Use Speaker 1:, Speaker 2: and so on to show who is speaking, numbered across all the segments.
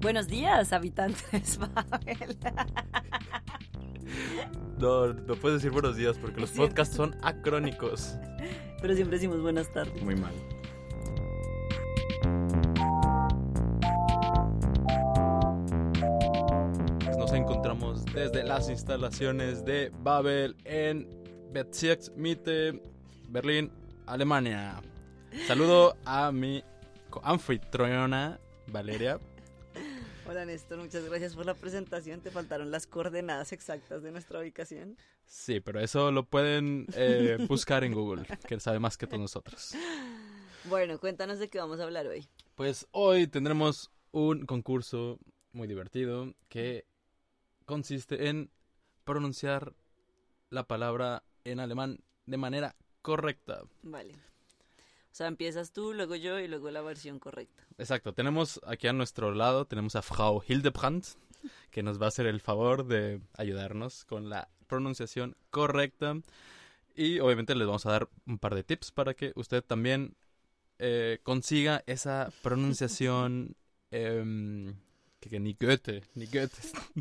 Speaker 1: Buenos días, habitantes Babel.
Speaker 2: No, no puedes decir buenos días porque los
Speaker 1: Es cierto.
Speaker 2: podcasts son acrónicos.
Speaker 1: Pero siempre decimos buenas tardes.
Speaker 2: Muy mal. Nos encontramos desde las instalaciones de Babel en Bezirks Mitte, Berlín, Alemania. Saludo a mi co- anfitriona Valeria.
Speaker 1: Hola Néstor, muchas gracias por la presentación. Te faltaron las coordenadas exactas de nuestra ubicación.
Speaker 2: Sí, pero eso lo pueden eh, buscar en Google, que él sabe más que todos nosotros.
Speaker 1: Bueno, cuéntanos de qué vamos a hablar hoy.
Speaker 2: Pues hoy tendremos un concurso muy divertido que consiste en pronunciar la palabra en alemán de manera correcta.
Speaker 1: Vale. O sea, empiezas tú, luego yo y luego la versión correcta.
Speaker 2: Exacto, tenemos aquí a nuestro lado, tenemos a Frau Hildebrandt, que nos va a hacer el favor de ayudarnos con la pronunciación correcta. Y obviamente les vamos a dar un par de tips para que usted también eh, consiga esa pronunciación em, que, que ni Goethe, ni Goethe.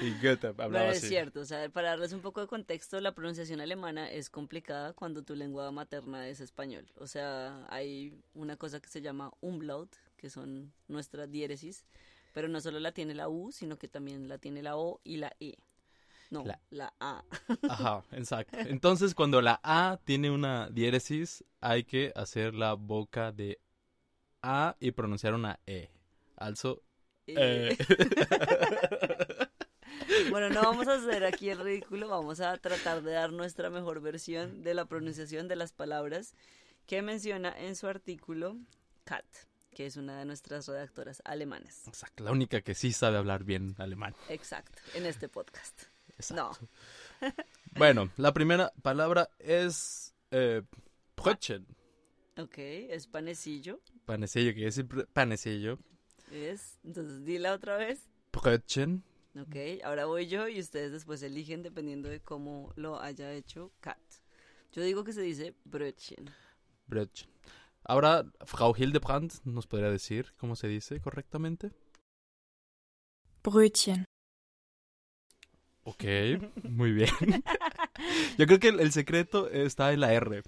Speaker 2: ni Goethe hablaba
Speaker 1: Pero es
Speaker 2: así.
Speaker 1: cierto, o sea, para darles un poco de contexto, la pronunciación alemana es complicada cuando tu lengua materna es español. O sea, hay una cosa que se llama umlaut, que son nuestras diéresis, pero no solo la tiene la U, sino que también la tiene la O y la E. No,
Speaker 2: La-
Speaker 1: la, A.
Speaker 2: Ajá, exacto. Entonces, cuando la A tiene una diéresis, hay que hacer la boca de A y pronunciar una E. Also, eh.
Speaker 1: Bueno, no vamos a hacer aquí el ridículo, vamos a tratar de dar nuestra mejor versión de la pronunciación de las palabras que menciona en su artículo Kat, que es una de nuestras redactoras alemanas.
Speaker 2: Exacto, la única que sí sabe hablar bien alemán.
Speaker 1: Exacto, en este podcast.
Speaker 2: Exacto.
Speaker 1: No,
Speaker 2: Bueno, la primera palabra es eh, Brötchen.
Speaker 1: ok, es panecillo,
Speaker 2: Panecillo, que decir br- panecillo.
Speaker 1: es, entonces dila otra vez.
Speaker 2: Brötchen.
Speaker 1: Ok, ahora voy yo y ustedes después eligen dependiendo de cómo lo haya hecho Kat. Yo digo que se dice Brötchen.
Speaker 2: Brötchen. Ahora, Frau Hildebrandt nos podría decir cómo se dice correctamente.
Speaker 3: Brötchen.
Speaker 2: Ok, muy bien. Yo creo que el, el secreto está en la R.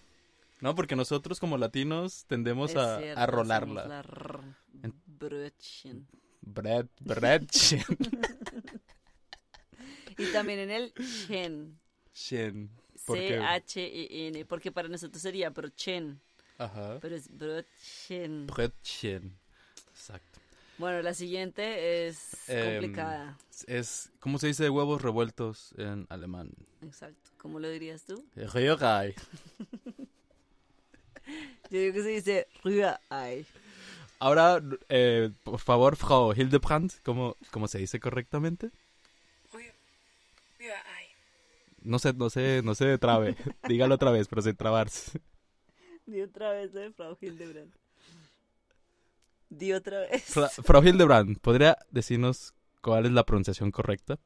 Speaker 2: ¿No? Porque nosotros como latinos tendemos
Speaker 1: Es
Speaker 2: a, a
Speaker 1: cierto, hacemos
Speaker 2: rolarla.
Speaker 1: la rrr, Brötchen.
Speaker 2: Bröt- Brötchen.
Speaker 1: Y también en el chen.
Speaker 2: Chen. ¿Por qué?
Speaker 1: C-H-E-N. Porque para nosotros sería brochen.
Speaker 2: Ajá.
Speaker 1: Pero es brochen.
Speaker 2: Brötchen. Exacto.
Speaker 1: Bueno, la siguiente es
Speaker 2: Em.
Speaker 1: complicada.
Speaker 2: Es, ¿cómo se dice huevos revueltos en alemán?
Speaker 1: Exacto. ¿Cómo lo dirías tú?
Speaker 2: Rührei.
Speaker 1: Yo digo que se dice rührei.
Speaker 2: Ahora, eh, por favor, Frau Hildebrandt, ¿cómo, cómo se dice correctamente? No sé, no sé, no sé, trabe. Dígalo otra vez, pero sin trabarse.
Speaker 1: Di otra vez de Frau Hildebrand. Di otra vez.
Speaker 2: Fra- Frau Hildebrandt, ¿podría decirnos cuál es la pronunciación correcta?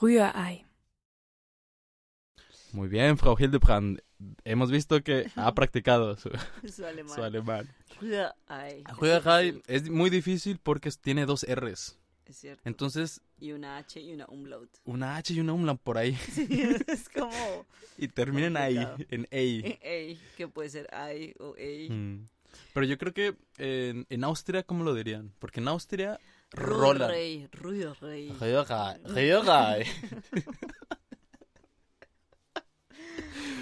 Speaker 3: Rührei.
Speaker 2: Muy bien, Frau Hildebrandt. Hemos visto que ha practicado su,
Speaker 1: Su alemán.
Speaker 2: su alemán.
Speaker 1: Rührei.
Speaker 2: Rührei es muy difícil porque tiene dos R's.
Speaker 1: Es cierto.
Speaker 2: Entonces,
Speaker 1: Y una H y una umlaut.
Speaker 2: una H y una umlan por ahí.
Speaker 1: Sí, es como.
Speaker 2: Y terminan ahí,
Speaker 1: Complicado.
Speaker 2: en EI.
Speaker 1: Ey, que puede ser ay o ey.
Speaker 2: Mm. Pero yo creo que en, en Austria, ¿cómo lo dirían? Porque en Austria, rola.
Speaker 1: Rey, ruido rey.
Speaker 2: Rührei, Rührei.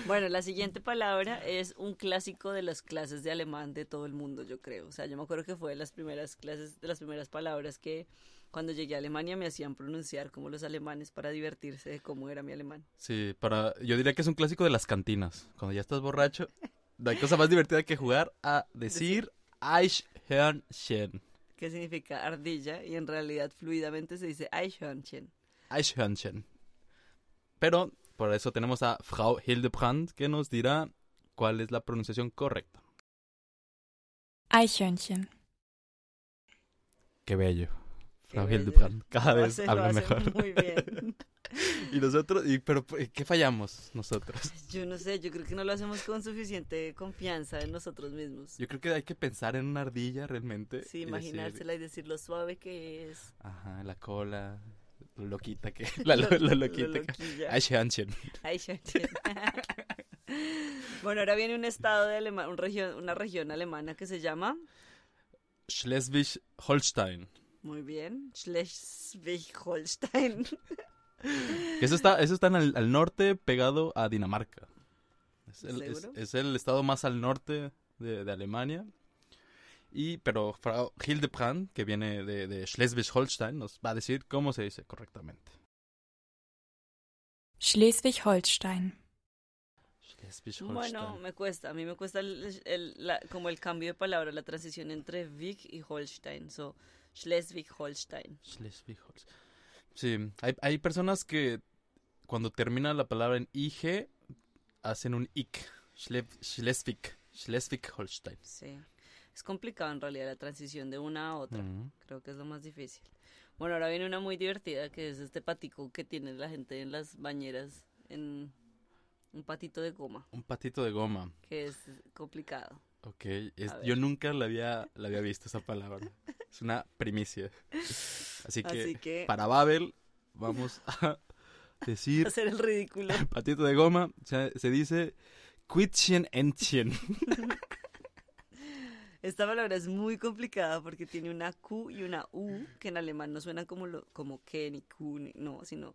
Speaker 1: Bueno, la siguiente palabra es un clásico de las clases de alemán de todo el mundo, yo creo. O sea, yo me acuerdo que fue de las primeras clases, de las primeras palabras que cuando llegué a Alemania me hacían pronunciar como los alemanes para divertirse de cómo era mi alemán.
Speaker 2: Sí, para, yo diría que es un clásico de las cantinas. Cuando ya estás borracho, no hay cosa más divertida que jugar a decir Eichhörnchen.
Speaker 1: Que significa ardilla y en realidad fluidamente se dice Eichhörnchen.
Speaker 2: Eichhörnchen. Pero por eso tenemos a Frau Hildebrandt que nos dirá cuál es la pronunciación correcta.
Speaker 3: Eichhörnchen.
Speaker 2: Qué bello. Frau
Speaker 1: bello.
Speaker 2: Hildebrandt. Cada
Speaker 1: Eh, Lo
Speaker 2: vez
Speaker 1: hace- lo
Speaker 2: habla
Speaker 1: hace
Speaker 2: mejor.
Speaker 1: Muy bien.
Speaker 2: y nosotros, y, pero ¿qué fallamos nosotros?
Speaker 1: Yo no sé, yo creo que no lo hacemos con suficiente confianza en nosotros mismos.
Speaker 2: Yo eh, creo que hay que pensar en una ardilla realmente.
Speaker 1: Sí,
Speaker 2: y decir,
Speaker 1: imaginársela y decir lo suave que es.
Speaker 2: Ajá, la cola, lo loquita que... La, lo,
Speaker 1: Lo-
Speaker 2: lo
Speaker 1: lo
Speaker 2: loquita que...
Speaker 1: loquilla.
Speaker 2: Ay, Shanchen.
Speaker 1: Ay, Shakira. bueno, ahora viene un estado de Alema- un región, una región alemana que se llama,
Speaker 2: Schleswig-Holstein.
Speaker 1: muy bien, Schleswig-Holstein.
Speaker 2: Que Eso está, eso está en el- al norte pegado a Dinamarca. Es el, es-
Speaker 1: ¿Seguro?
Speaker 2: es el estado más al norte de, de Alemania. Y, pero Frau Hildebrand, que viene de, de Schleswig-Holstein, nos va a decir cómo se dice correctamente.
Speaker 3: Schleswig-Holstein.
Speaker 2: Schleswig-Holstein.
Speaker 1: Bueno, me cuesta, a mí me cuesta el- el- la- como el cambio de palabra, la transición entre Vig y Holstein, so Schleswig-Holstein.
Speaker 2: Schleswig-Holstein. Sí, hay, hay personas que cuando termina la palabra en IG hacen un ik. Schle- Schleswig. Schleswig-Holstein.
Speaker 1: Sí, es complicado en realidad la transición de una a otra,
Speaker 2: Ujú.
Speaker 1: creo que es lo más difícil. Bueno, ahora viene una muy divertida que es este patico que tiene la gente en las bañeras, en un patito de goma.
Speaker 2: Un patito de goma.
Speaker 1: que es complicado.
Speaker 2: Ok, es-
Speaker 1: A
Speaker 2: yo
Speaker 1: ver.
Speaker 2: nunca la había, la había visto esa palabra. Es una primicia. Así que,
Speaker 1: Así que
Speaker 2: para Babel vamos a decir
Speaker 1: hacer el ridículo.
Speaker 2: patito de goma. Se, se dice Quitchen Entchen.
Speaker 1: Esta palabra es muy complicada porque tiene una Q y una U que en alemán no suenan como, lo, como que ni Q, ni- no, sino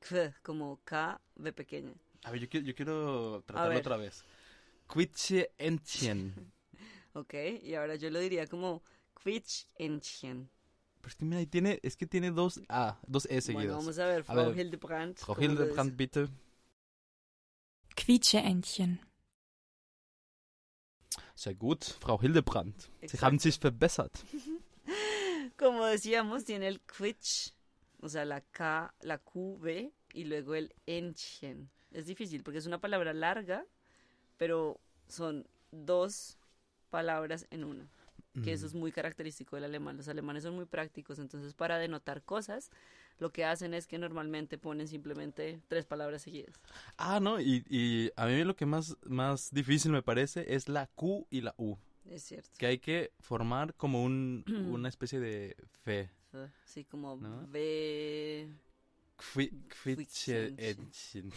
Speaker 1: K, como K B pequeña.
Speaker 2: A ver, yo, quiero- yo quiero tratarlo
Speaker 1: ver.
Speaker 2: otra vez. Quitchen Entchen.
Speaker 1: ¿Ok? Y ahora yo lo diría como Quitsch Enchen.
Speaker 2: Pero es que mira, ahí tiene, es que tiene dos A, dos E
Speaker 1: Bueno,
Speaker 2: seguidas.
Speaker 1: vamos a ver,
Speaker 2: A
Speaker 1: Frau
Speaker 2: ver,
Speaker 1: Hildebrandt.
Speaker 2: Frau
Speaker 1: ¿cómo lo
Speaker 2: Hildebrand,
Speaker 1: dice?
Speaker 2: bitte.
Speaker 3: Quietscheentchen.
Speaker 2: Sehr gut, Frau Hildebrand. Sie haben sich verbessert.
Speaker 1: Como decíamos, tiene el Quitsch, o sea, la K, la Q, B y luego el Enchen. Es difícil porque es una palabra larga, pero son dos palabras en una, que eso es muy característico del alemán. Los alemanes son muy prácticos, entonces para denotar cosas, lo que hacen es que normalmente ponen simplemente tres palabras seguidas.
Speaker 2: Ah, no, y, y a mí lo que más, más difícil me parece es la Q y la U,
Speaker 1: Es cierto.
Speaker 2: que hay que formar como un, una especie de fe.
Speaker 1: Ah, Sí, como
Speaker 2: ¿No?
Speaker 1: B.
Speaker 2: Kwi-
Speaker 1: Kwichen.
Speaker 2: eh, Kwichen.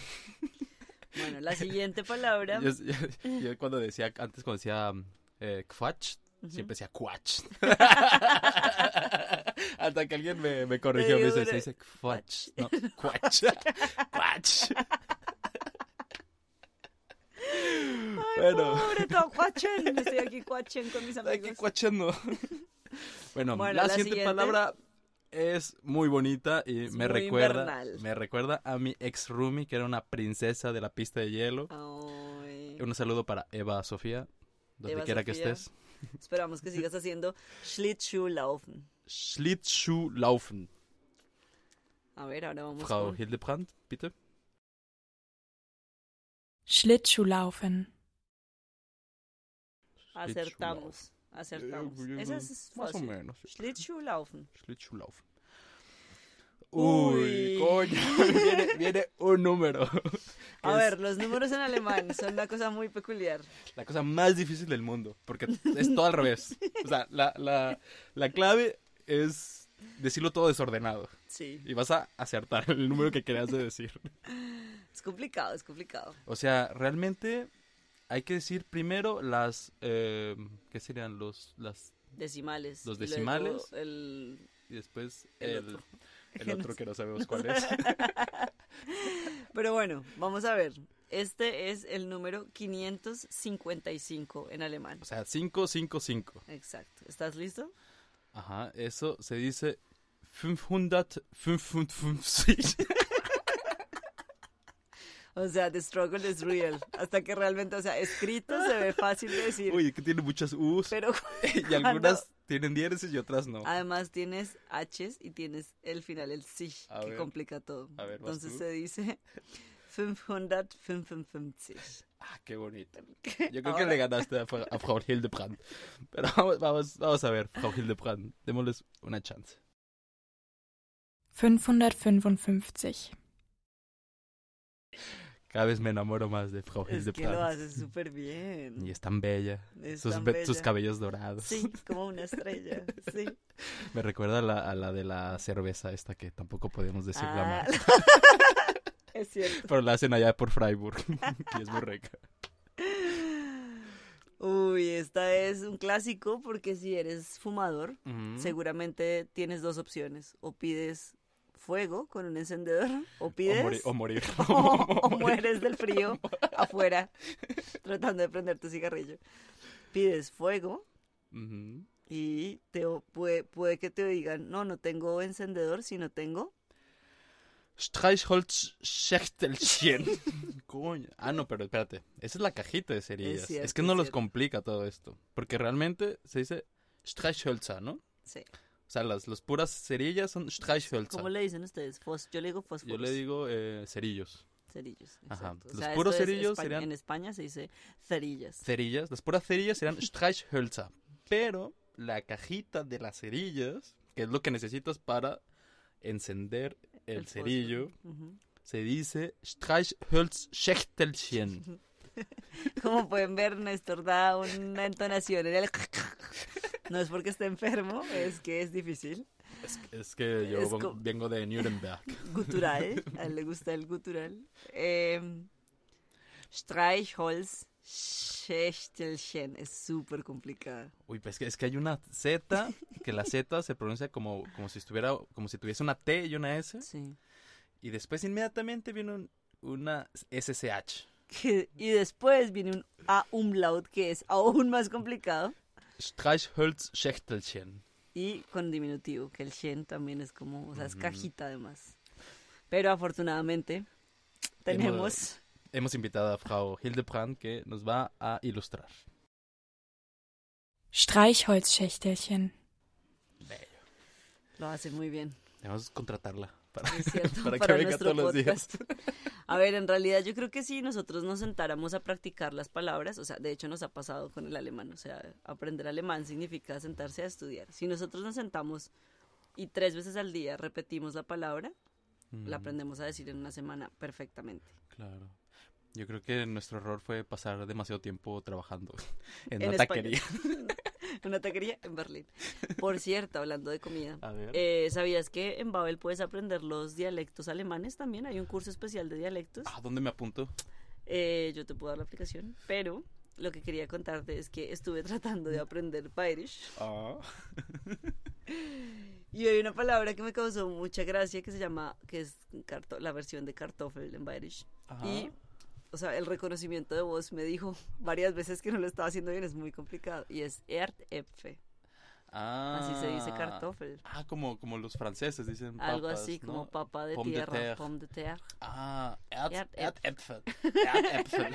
Speaker 1: Bueno, la siguiente palabra.
Speaker 2: Yo, yo- yo cuando decía, antes cuando decía eh, Quach,
Speaker 1: Ujú.
Speaker 2: siempre decía Quach. Hasta que alguien me, me corrigió, me
Speaker 1: digo,
Speaker 2: dice, se
Speaker 1: pero-
Speaker 2: dice Quach, no, Quach, Quach. Bueno.
Speaker 1: Pobre todo cuachen. Estoy aquí cuachen con mis
Speaker 2: Ay, qué
Speaker 1: amigos.
Speaker 2: cuachando. bueno,
Speaker 1: Bueno,
Speaker 2: la,
Speaker 1: la
Speaker 2: siguiente,
Speaker 1: siguiente.
Speaker 2: palabra es muy bonita y
Speaker 1: Es
Speaker 2: me
Speaker 1: muy
Speaker 2: recuerda
Speaker 1: invernal.
Speaker 2: me recuerda a mi ex roomie que era una princesa de la pista de hielo.
Speaker 1: Ay.
Speaker 2: Un saludo para Eva Sofía, donde
Speaker 1: Eva
Speaker 2: quiera que
Speaker 1: Sofía.
Speaker 2: estés.
Speaker 1: Esperamos que sigas haciendo Schlittschuhlaufen.
Speaker 2: Schlittschuhlaufen,
Speaker 1: A ver, ahora vamos
Speaker 2: Frau
Speaker 1: con
Speaker 2: Hildebrand, bitte.
Speaker 3: Schlittschuhlaufen.
Speaker 1: acertamos. Acertamos.
Speaker 2: Eh,
Speaker 1: Esa es
Speaker 2: más o
Speaker 1: fácil.
Speaker 2: menos. sí.
Speaker 1: Schlittschuhlaufen.
Speaker 2: Schlittschuhlaufen. Uy,
Speaker 1: Uy.
Speaker 2: coño, viene, viene un número.
Speaker 1: A
Speaker 2: Es-
Speaker 1: ver, los números en alemán son una cosa muy peculiar.
Speaker 2: La cosa más difícil del mundo, porque es todo al revés. O sea, la, la- la clave es decirlo todo desordenado
Speaker 1: Sí.
Speaker 2: y vas a acertar el número que querías de decir.
Speaker 1: Es complicado, es complicado.
Speaker 2: O sea, realmente hay que decir primero las, eh, ¿qué serían? Los, las,
Speaker 1: Decimales.
Speaker 2: Los
Speaker 1: y luego
Speaker 2: decimales.
Speaker 1: el-
Speaker 2: y después
Speaker 1: El
Speaker 2: el, el otro.
Speaker 1: otro. El otro.
Speaker 2: que no sabemos cuál es.
Speaker 1: Pero bueno, vamos a ver. Este es el número 555 en alemán.
Speaker 2: O sea, 555.
Speaker 1: Exacto. ¿Estás listo?
Speaker 2: Ajá, eso se dice 555.
Speaker 1: O sea, the struggle is real. Hasta que realmente, o sea, escrito se ve fácil de decir.
Speaker 2: Uy, que tiene muchas U's
Speaker 1: Pero Ah,
Speaker 2: y algunas tienen diéresis y otras no.
Speaker 1: además tienes H's y tienes el final, el sich,
Speaker 2: A
Speaker 1: que
Speaker 2: ver.
Speaker 1: complica todo.
Speaker 2: A ver, vas
Speaker 1: Entonces
Speaker 2: tú.
Speaker 1: se dice 555.
Speaker 2: Ah, qué bonito. Yo creo que
Speaker 1: Ahora-
Speaker 2: le ganaste a, Fra- a Frau Hildebrand. Pero vamos, vamos, vamos a ver, Frau Hildebrand. Démosles una chance.
Speaker 3: 555.
Speaker 2: Cada vez me enamoro más de Frau
Speaker 1: Es que
Speaker 2: Hildebrandt.
Speaker 1: lo haces súper bien.
Speaker 2: Y es tan bella.
Speaker 1: Es
Speaker 2: sus,
Speaker 1: tan
Speaker 2: be- sus
Speaker 1: bella.
Speaker 2: cabellos dorados.
Speaker 1: Sí, como una estrella. Sí.
Speaker 2: Me recuerda a la, a la de la cerveza esta que tampoco podemos decir la
Speaker 1: Ah,
Speaker 2: marca.
Speaker 1: es cierto.
Speaker 2: Pero la hacen allá por Freiburg. y es muy rica.
Speaker 1: Uy, esta es un clásico porque si eres fumador,
Speaker 2: Ujú.
Speaker 1: seguramente tienes dos opciones. O pides fuego con un encendedor, o
Speaker 2: O,
Speaker 1: pides...
Speaker 2: mori- o morir.
Speaker 1: o, o
Speaker 2: morir.
Speaker 1: mueres del frío afuera tratando de prender tu cigarrillo. Pides fuego
Speaker 2: Ujú.
Speaker 1: y te o- puede, puede que te digan, no, no tengo encendedor, sino tengo...
Speaker 2: Streichholzschächtelchen. Coño. Ah, no, pero espérate. Esa es la cajita de cerillas. Es,
Speaker 1: Es cierto,
Speaker 2: que no
Speaker 1: es
Speaker 2: los
Speaker 1: cierto.
Speaker 2: complica todo esto. Porque realmente se dice Streichhölzer, ¿no?
Speaker 1: Sí.
Speaker 2: O sea, las, las puras cerillas son Streichhölzer.
Speaker 1: ¿Cómo le dicen ustedes? Fos- yo le digo
Speaker 2: Yo
Speaker 1: fósforos.
Speaker 2: le digo eh, cerillos.
Speaker 1: Cerillos.
Speaker 2: Ajá.
Speaker 1: exacto.
Speaker 2: Los puros
Speaker 1: esto es
Speaker 2: cerillos
Speaker 1: España-
Speaker 2: serían-
Speaker 1: En España se dice cerillas.
Speaker 2: Cerillas. Las puras cerillas serán Streichhölzer. Pero la cajita de las cerillas, que es lo que necesitas para encender el,
Speaker 1: fósforo.
Speaker 2: cerillo,
Speaker 1: Ujú.
Speaker 2: se dice Streichholzschächtelchen.
Speaker 1: Como pueden ver, Néstor da una entonación en el... No es porque esté enfermo, es que es difícil.
Speaker 2: Es, es que yo
Speaker 1: Es
Speaker 2: ven-
Speaker 1: co-
Speaker 2: vengo de Nuremberg.
Speaker 1: Gutural, a él le gusta el gutural. Eh, Streichholz Schächtelchen, es súper complicada.
Speaker 2: Uy, pues es que, es que hay una Z que la Z se pronuncia como, como si estuviera como si tuviese una T y una S
Speaker 1: Sí.
Speaker 2: y después inmediatamente viene un- una SSH.
Speaker 1: Que- y después viene un A umlaut que es aún más complicado
Speaker 2: Streichholzschächtelchen.
Speaker 1: y con diminutivo, que el Shen también es como, o sea, es
Speaker 2: Ujú.
Speaker 1: cajita además. Pero afortunadamente tenemos...
Speaker 2: Hemos invitado a Frau Hildebrand que nos va a ilustrar.
Speaker 3: Streichholzschächtelchen.
Speaker 1: Lo hace muy bien.
Speaker 2: Debemos contratarla para,
Speaker 1: Es cierto,
Speaker 2: para que
Speaker 1: para
Speaker 2: venga
Speaker 1: nuestro
Speaker 2: todos los días.
Speaker 1: podcast. A ver, en realidad yo creo que si nosotros nos sentáramos a practicar las palabras, o sea, de hecho nos ha pasado con el alemán, o sea, aprender alemán significa sentarse a estudiar. Si nosotros nos sentamos y tres veces al día repetimos la palabra, la
Speaker 2: Mm,
Speaker 1: aprendemos a decir en una semana perfectamente.
Speaker 2: Claro. Yo creo que nuestro error fue pasar demasiado tiempo trabajando en,
Speaker 1: En
Speaker 2: una
Speaker 1: español.
Speaker 2: taquería.
Speaker 1: Una taquería en Berlín. Por cierto, hablando de comida.
Speaker 2: A ver.
Speaker 1: eh, ¿Sabías que en Babel puedes aprender los dialectos alemanes también? Hay un curso especial de dialectos.
Speaker 2: Ah, ¿dónde me apunto?
Speaker 1: Eh, yo te puedo dar la aplicación, pero lo que quería contarte es que estuve tratando de aprender Irish
Speaker 2: Ah.
Speaker 1: y hay una palabra que me causó mucha gracia que se llama, que es carto- la versión de kartoffel en Irish. Y, o sea, el reconocimiento de voz me dijo varias veces que no lo estaba haciendo bien, es muy complicado. Y es Erdäpfel, así se dice kartoffel.
Speaker 2: Ah, como, como los franceses dicen papas,
Speaker 1: Algo así
Speaker 2: ¿no?
Speaker 1: como papa de
Speaker 2: Pomme de
Speaker 1: tierra,
Speaker 2: terre.
Speaker 1: pomme de terre.
Speaker 2: Ah, Erd-
Speaker 1: Erdäpfel.
Speaker 2: Erdäpfel. Erdäpfel.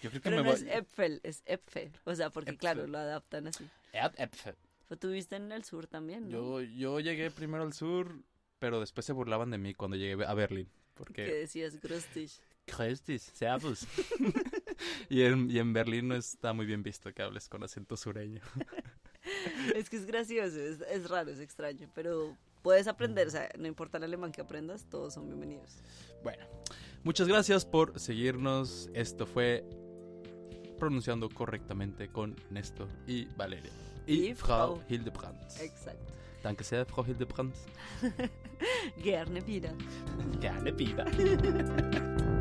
Speaker 2: Yo creo que
Speaker 1: Pero
Speaker 2: me
Speaker 1: no
Speaker 2: voy...
Speaker 1: es Äpfel, es Äpfel. O sea, porque claro,
Speaker 2: Äpfel.
Speaker 1: lo adaptan así.
Speaker 2: Erdäpfel.
Speaker 1: Pero tú viste en el sur también, ¿no?
Speaker 2: Yo, yo llegué primero al sur, pero después se burlaban de mí cuando llegué a Berlín.
Speaker 1: que
Speaker 2: Porque...
Speaker 1: decías Grostisch.
Speaker 2: Grüß dich, servus. y, en, y en Berlín no está muy bien visto que hables con acento sureño.
Speaker 1: Es que es gracioso, es, es raro, es extraño, pero puedes aprender, o sea, no importa el alemán que aprendas, todos son bienvenidos.
Speaker 2: Bueno, muchas gracias por seguirnos. Esto fue pronunciando correctamente con Néstor y Valeria. Y,
Speaker 1: Y
Speaker 2: Frau
Speaker 1: Frau.
Speaker 2: Hildebrandt.
Speaker 1: Exacto.
Speaker 2: Danke sehr, Frau Hildebrandt.
Speaker 1: Gerne wieder.
Speaker 2: Gerne wieder.